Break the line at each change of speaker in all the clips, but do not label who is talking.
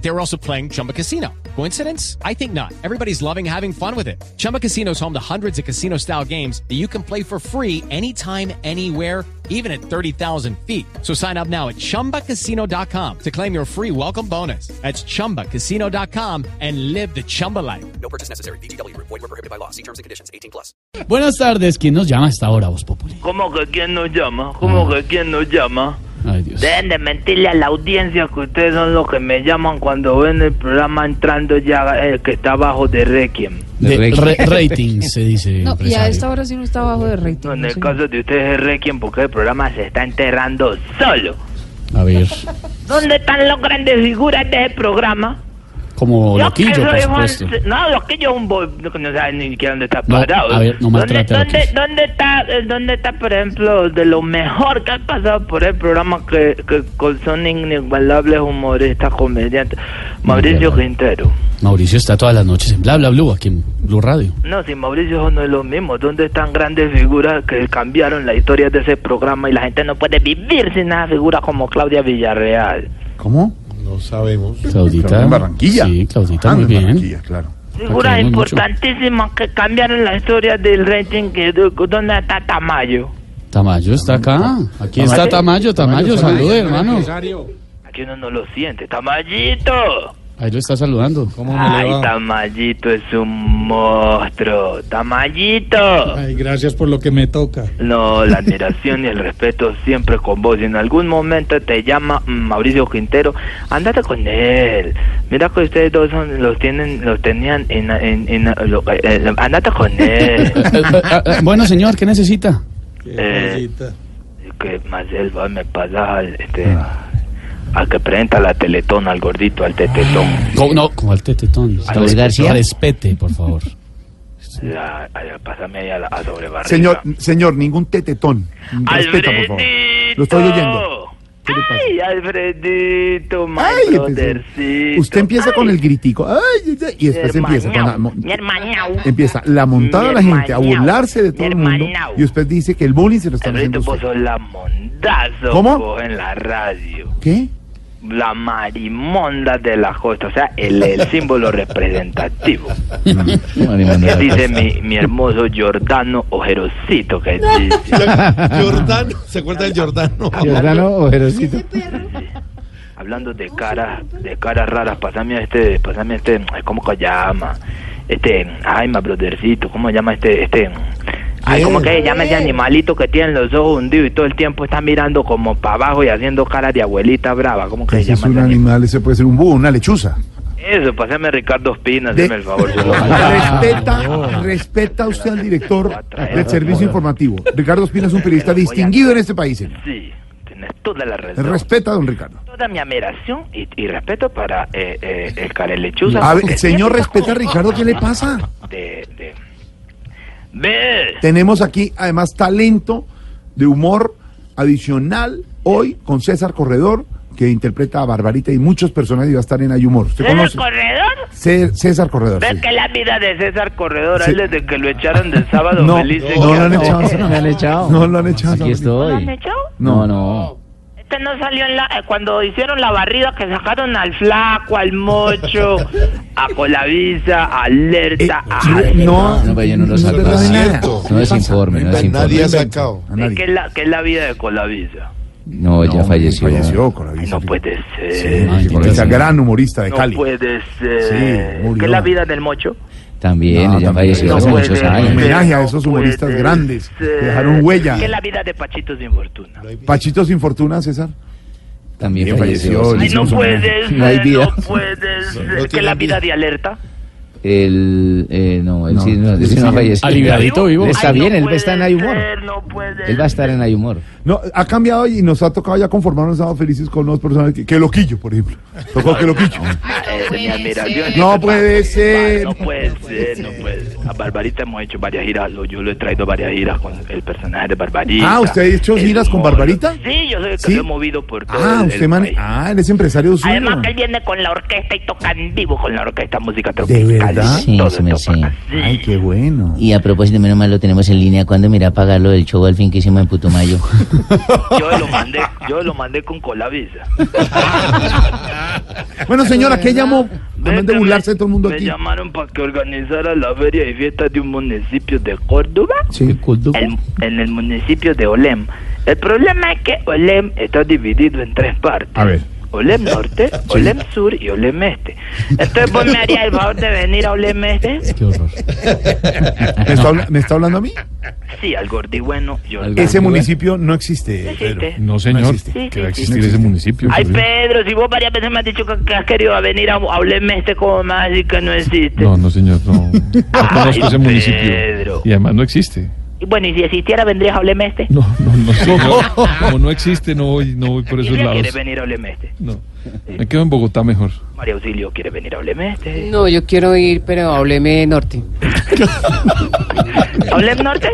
They were also playing Chumba Casino. Coincidence? I think not. Everybody's loving having fun with it. Chumba Casino is home to hundreds of casino style games that you can play for free anytime, anywhere even at 30,000 feet. So sign up now at ChumbaCasino.com to claim your free welcome bonus. That's ChumbaCasino.com and live the Chumba life.
No purchase necessary. BGW. Void were prohibited by law. See terms and conditions. 18 plus.
Buenas tardes, ¿quién nos llama a esta hora, Voz Populi?
¿Cómo que quién nos llama? ¿Cómo que quién nos llama?
Ay, Dios.
Dejen Mm. de mentirle a la audiencia que ustedes son los que me llaman cuando ven el programa entrando ya el que está abajo de Requiem.
De re- rating, se dice.
No, y a
empresario.
esta hora sí no está abajo de rating.
No, en
no,
el
señor.
caso de ustedes es Requiem porque el programa se está enterrando solo.
A ver,
¿Dónde están las grandes figuras de ese programa?
como loquillo, por
soy Juan-
supuesto.
No, Loquillo es un boy que no sabe ni siquiera dónde está
No,
parado.
a ver, no
¿Dónde,
maltrate a
dónde,
Loquillo.
dónde está, eh, ¿Dónde está, por ejemplo, de lo mejor que ha pasado por el programa que, que con- son inigualables humoristas, comediantes? Mauricio
Inigualable.
Quintero.
Mauricio está todas las noches en Bla Bla Blue, aquí en Blue Radio.
No, si Mauricio no es lo mismo. ¿Dónde están grandes figuras que cambiaron la historia de ese programa y la gente no puede vivir sin una figura como Claudia Villarreal?
Ah,
¿Cómo?
Claudita.
En Barranquilla.
Sí, Claudita,
Ah,
muy
en
bien.
Barranquilla, claro.
Figuras
queremos mucho.
importantísimas que cambiaron la historia del rating. Que, ¿Dónde está Tamayo?
Tamayo está acá. Aquí está Tamayo, Tamayo, salude, hermano.
Aquí uno no lo siente. ¡Tamayito!
Ahí lo está saludando.
Ah,
Ay, Tamayito es un monstruo. ¡Tamayito!
Ay, gracias por lo que me toca.
No, la admiración y el respeto siempre con vos. Si en algún momento te llama mm, Mauricio Quintero, andate con él. Mira que ustedes dos son- los tienen, los tenían en, en, en- lo- eh, eh, andate con él.
Eh, eh, eh, eh, bueno, señor, ¿qué necesita?
Qué
Eh.
cosita.
que más él va me pasa al este, al que presenta la teletón, al gordito, al tetetón.
¿Cómo, no, como al tetetón.
Luis García?
Respete, por favor.
La, a- pásame ahí a, la- a sobrebarriga.
Señor, señor, ningún tetetón. Respeta, por favor. Lo estoy oyendo. ¿Qué le pasa?
Ay, Alfredito, my
Ay, empezó.
brothercito.
Usted empieza con
Ay,
el gritico. ay, ay, y después empieza con la,
hermanao,
mo-
mi hermanao.
empieza la montada de la gente a
Hermanao.
burlarse de todo el mundo.
Hermanao.
Y usted dice que el bullying se lo están haciendo.
Alfredito, vos
usted.
sos la mondazo
¿Cómo?
vos, en la radio.
¿Qué?
La marimonda de la costa, o sea, el, el símbolo representativo. Que dice mi, mi hermoso Giordano Ojerocito, que dice,
Jordano, ¿se acuerda del Jordano?
Giordano
pues,
Ojerosito.
hablando de caras, de caras raras, pasame a este, pasame a este, ay, ¿cómo que llama? Este, ay, mi brothercito, ¿cómo se llama este, este? Ay, ¿cómo que se llama ese animalito que tiene los ojos hundidos y todo el tiempo está mirando como para abajo y haciendo cara de abuelita brava? ¿Cómo que se
Ese
llama
es
ese
un
animal?
animal, ese puede ser un búho, una lechuza.
Eso, pasame a Ricardo Espina,
De-
hazme el favor. yo lo-
respeta, respeta usted al director del servicio informativo. Ricardo Espina es un periodista distinguido en este país. señor.
Sí, tienes toda la razón.
Respeta, don Ricardo.
toda mi admiración y, y respeto para eh, eh, el cara de lechuza.
A ver, señor, respeta a Ricardo, ¿qué le pasa?
De, de- Ve,
Tenemos aquí además talento de humor adicional hoy con César Corredor, que interpreta a Barbarita y muchos personajes y va a estar en Hay Humor. ¿Usted
César
conoce?
Corredor.
Cé- César Corredor.
Ve
sí.
que la vida de César Corredor
Sí.
es desde que lo echaron del sábado
No,
feliz.
no, no lo han echado.
No me han echado.
No lo han echado.
Aquí
¿Lo han
estoy.
echado?
No, no.
Este no salió en la, eh, cuando hicieron la barrida que sacaron al flaco, al mocho, a Colavisa, a
Eh,
alerta, a...
no,
No, pero yo no lo
es
saco.
verdad de nada.
Cierto.
No es informe, no es
Nadie ha
informe.
sacado.
A
¿Qué
nadie.
es la, que es la vida de Colavisa?
No, ya falleció.
Falleció Colavisa.
No puede
Sí,
ser.
Ay,
Colavisa,
Dios.
gran humorista de
no
Cali.
puede ser.
Sí, murió.
¿Qué es la vida del mocho?
También,
No,
ella
también.
falleció
No
hace
puede
muchos
ser.
años.
Homenaje a esos humoristas
puede
grandes que
ser.
dejaron huella.
Que la vida de Pachito sin fortuna.
Pachito sin fortuna, César.
También
También
falleció.
falleció,
sí.
Ay, no
hicimos
puede
homenaje.
ser,
No hay vida.
no puede ser.
no
que la
tienen vida.
vida de alerta.
El, eh, no, él
No,
sí no, él
sí,
sí no
sí.
falleció.
Aliviadito vivo.
Está
Ay, no
bien, él va a
puede
estar en Hay Humor.
ser, No puede
Él va a estar en Hay Humor.
No, ha cambiado y nos ha tocado ya conformarnos sábados felices con nuevos personajes. Que, que Loquillo, por ejemplo. Tocó que Loquillo.
ser. Eh, mi admiración.
No puede ser.
No puede ser, no puede ser. A Barbarita hemos hecho varias giras, lo- yo lo he traído varias giras con el personaje de Barbarita.
Ah, ¿usted ha hecho
El
giras con
humor.
Barbarita?
Sí, yo soy el que
Sí.
lo he movido por todo
Ah,
el-
usted
el
man...
país.
Ah, él es empresario suyo.
Además que él viene con la orquesta y toca en vivo con la orquesta música tropical.
¿De verdad?
Sí,
todo
se me-
esto por
sí.
así.
Ay, qué bueno.
Y a propósito, menos mal lo tenemos en línea. ¿Cuándo me irá a pagar lo del show al fin que hicimos en Putumayo?
Yo lo mandé, yo lo mandé con Colavisa.
Bueno, señora, ¿qué llamó? Además de
Vete,
burlarse de todo el mundo
me
aquí.
llamaron para que organizara la feria y fiesta de un municipio de Córdoba,
Sí.
el- en el municipio de Olem. El problema es que Olem está dividido en tres partes.
A ver.
Olem Norte, Olem Sur y Olem Este. Entonces, ¿vos me harías el favor de venir a Olem Este?
Qué horror.
¿Me está, habla- me está hablando a mí?
Sí, al gordigüeno. Yo
Al
Ese
Bueno.
municipio no existe. Pedro.
existe.
No, señor.
existe.
Sí,
que va a
sí, sí.
existir
No
ese
existe.
municipio.
Ay,
por Dios.
Pedro, si vos varias veces me has dicho que, que has querido venir a, a Olem Este, como más y que no existe?
No, no, señor. No, no conozco ese
Pedro.
municipio. Y además no existe.
Y bueno, y si existiera, vendrías a Olem Este.
No, no, no. señor. Como no existe, no voy, no voy por
¿Y
esos
quién
lados.
quiere venir a Olem Este?
No. Me quedo en Bogotá mejor.
María Auxilio quiere venir a Olem Este.
No, yo quiero ir, pero hábleme norte.
¿A Olem Norte?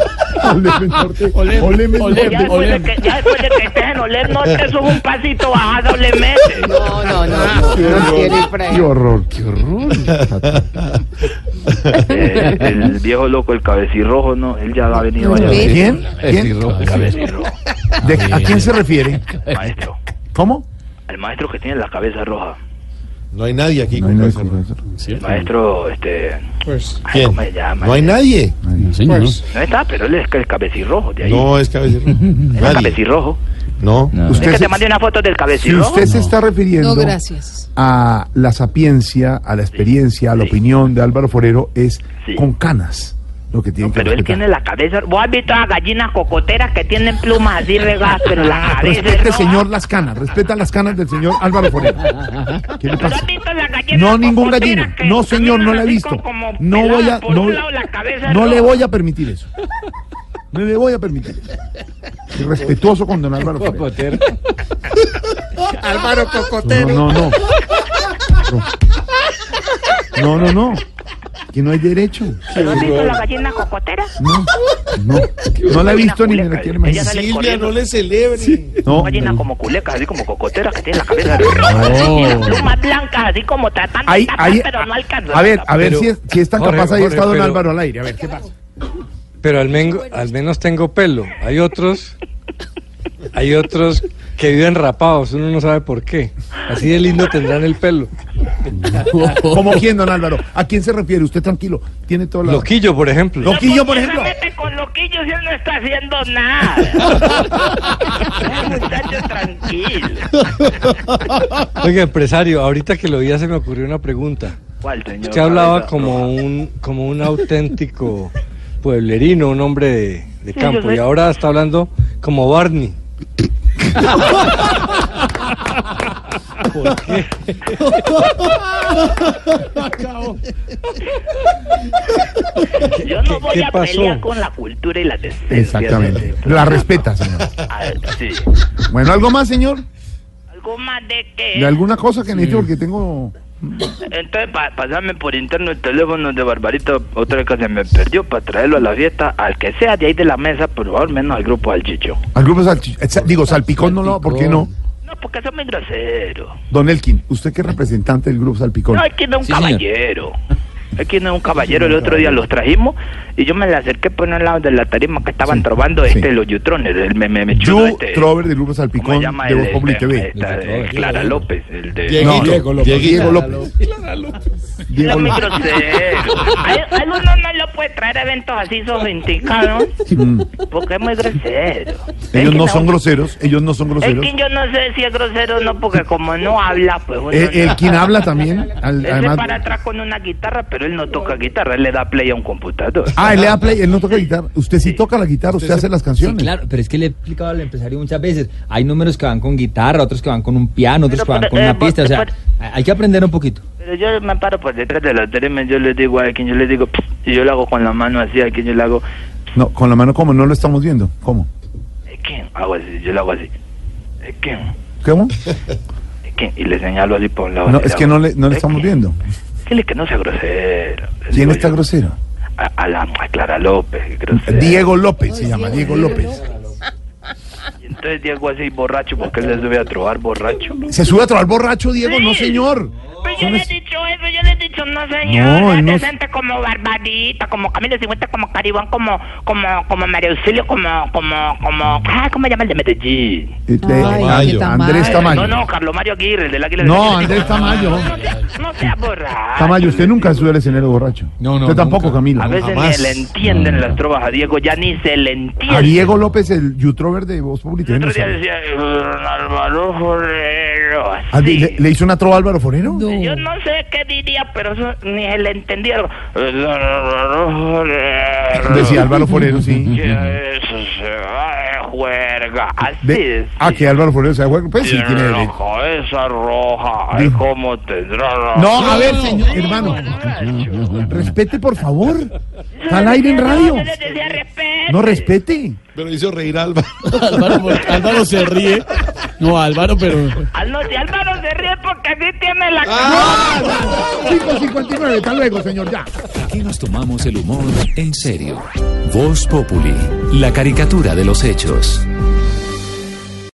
Oleme Norte. Oleme Norte.
Ya después, de que, ya después de que estés en Olem Norte, eso es un pasito bajado a Olem Este.
No, no, no, no,
Qué
no quiero ir
horror,
para
qué
allá.
horror, qué horror.
Eh, el viejo loco, el cabecirrojo, no, él ya ha venido
No,
allá.
¿ves?
¿Quién? ¿Quién?
Cabecirrojo,
¿De- ¿A quién se refiere?
maestro.
¿Cómo?
El maestro que tiene la cabeza roja.
No hay nadie aquí.
No
No
hay nadie con
con
cabeza roja.
¿Sí?
El maestro, este.
Pues,
ay,
¿Quién?
¿Cómo se llama?
No hay nadie.
No, señor.
Pues,
No está, pero él es el cabecirrojo de ahí.
No es cabecirro.
es el
Nadie.
cabecirrojo.
No.
No.
Es que
Usted
te
se,
mandé una foto del
si
cabecirrojo.
usted se está
No,
refiriendo
gracias.
a la sapiencia, a la experiencia, a la
Sí.
opinión de Álvaro Forero, es
Sí.
con canas lo que tiene que
Pero él
respetar.
tiene la cabeza. Vos has visto a gallinas cocoteras que tienen plumas así regadas, pero la
Ah,
cabeza. es
Respete,
roja?
este señor, las canas. Respeta las canas del señor Álvaro Forero. ¿Qué le
¿Pero has
pasa?
visto las gallinas
No, ningún
cocoteras
gallina.
que
No, señor, no
caminan
la he
así
visto.
como
No
peladas
voy a.
por
No,
un lado, la cabeza
no le
roja?
voy a permitir eso. No le voy a permitir eso. Irrespetuoso con don Álvaro Forero.
Álvaro Cocotero.
No, no, no. No, no, no. Que no hay derecho.
¿Pero has visto la gallina cocotera?
No, no. No la he visto ni me la quiere
Ella
imaginar.
sale
Silvia,
corriendo.
no le celebre.
No,
Gallina
no.
como culecas, así como cocoteras que tienen la cabeza roja. así, y las plumas blancas, así como tratando de
Ahí,
tapar,
ahí,
pero no alcanzan.
a ver, a ver
Pero-
si es, si es tan
Jorge,
capaz ahí
Jorge,
está don
pero-
Álvaro al aire. A ver, ¿qué pasa?
Pero al, mengo- al menos tengo pelo. Hay otros, hay otros que viven rapados, uno no sabe por qué. Así de lindo tendrán el pelo.
¿Cómo quién, don Álvaro? ¿A quién se refiere? Usted tranquilo. Tiene toda la...
Loquillo, por ejemplo.
Loquillo, por ejemplo.
Mete con loquillo si él no está haciendo nada. Muchacho, tranquilo.
Oiga, empresario, ahorita que lo vi ya se me ocurrió una pregunta.
¿Cuál, señor?
Usted hablaba
Cabeza roja.
como un, como un auténtico pueblerino, un hombre de, de
Sí, yo
campo,
soy.
y ahora está hablando como Barney. ¿Por qué?
Yo no
¿Qué-
voy
qué
a
pasó?
pelear con la cultura y la decencia.
Exactamente.
del
La
programa.
respeta, señor.
A ver, Ah, sí.
Bueno, ¿algo más, señor?
¿Algo más de qué?
¿De alguna cosa que necesito? Porque tengo...
Entonces, pa- pasarme por interno el teléfono de Barbarito, otra vez que se me perdió, para traerlo a la fiesta, al que sea de ahí de la mesa, por favor, menos al grupo al chicho.
Al grupo salchich- eh, sa- Digo, salpicón no lo... ¿Por qué no?
No, porque eso es muy grosero.
Don Elkin, usted que es representante del grupo salpicón.
No, es que no es un
Sí, señor.
caballero. Es que no es un caballero. El otro día los trajimos y yo me le acerqué por un lado de la tarima que estaban
Sí,
trobando
sí.
este, los yutrones. El me, me, me chulo
Yu
este,
Trover del grupo
¿cómo se
salpicón
llama
de
el
Voz
este?
Populi TV.
Esta, eh, Clara López, el de...
No,
Diego
no,
López.
Diego López.
No
Diego
es muy
López.
grosero. Ay, ay, Uno no lo puede traer a eventos así sofisticados porque es muy grosero. Es
Mm, Ellos
que
no son groseros, ellos no son
Es
groseros. Eh,
que yo no sé si es grosero o no porque como no habla, pues uno
Eh, El,
no-
el quien habla también, al-
Él se para
además...
atrás con una guitarra, pero él no toca guitarra, él le da play a un computador.
Ah, él le da play, él no toca guitarra. Usted sí toca la guitarra, usted hace las
Sí,
canciones.
claro, pero es que le he explicado al empresario muchas veces. Hay números que van con guitarra, otros que van con un piano, otros
Pero,
que van
pero,
con
eh,
una pista. O sea,
pero-
hay que aprender un poquito.
Pero yo me paro por detrás de la tarima, yo le digo a quien yo le digo, "Pss", y yo lo hago con la mano así, a quien yo le hago,
No, con la mano como, no lo estamos viendo. ¿Cómo?
"Eh, ¿quién? Hago así, yo lo hago así. "Eh, ¿Quién?
¿Cómo?
Eh, ¿Quién?", Y le señalo así por un lado.
No,
así
es
le
que
hago,
no le, no le
"Eh,
estamos
¿quién?".
viendo.
Dile que no sea grosero. le
¿Quién
digo
está
yo.
grosero?
A, a la a Clara López, grosero.
Diego López se llama, Diego López.
Y entonces Diego así borracho, porque él le sube a trobar borracho.
¿Se sube a trobar borracho, Diego? No, señor.
Pero
Son
yo le he
es-
dicho eso, yo le he dicho dicho una señora
No, eh. él no-
decente como Barbadita, como Camilo 50, como Caribán, como, como, como María Auxilio, como, como, como, ah, ¿cómo se llama el de Medellín?
Eh, de-
Ay, qué
An- Andrés
No,
Tamayo.
no, Carlos Mario Aguirre, el del Águila.
No,
del Águila.
Andrés Tamayo.
No, no sea- no sea borracho.
Tamayo, usted nunca sube al escenario borracho. No, no. Usted tampoco, Camilo.
A veces ni le entienden las trovas a Diego, ya ni se le entiende.
A Diego López, el youtuber de Voz Pública.
El
no
otro día
sabe.
decía, "Don Álvaro Forero,
Ah, di- ¿Le, le hizo una trova a Álvaro Forero?
Yo no sé qué diría, pero eso ni se le entendieron. Decía
Decía Álvaro Forero, sí.
Que eso se va de juerga. Así
De-
es.
ah, que Álvaro Forero se juega. Pues sí, tiene
la
derecho.
cabeza roja. Ay, cómo tendrá la-
No, a ver, señor, hermano. Respete, por favor. Está al aire en radio. No respete.
Pero hizo reír a Álvaro.
Álvaro, Álvaro se ríe. No, Álvaro, pero.
Al- no, si Álvaro se ríe porque así tiene la
¡Ah! 5.59, hasta luego, señor, ya.
Aquí nos tomamos el humor en serio. Voz Populi, la caricatura de los hechos.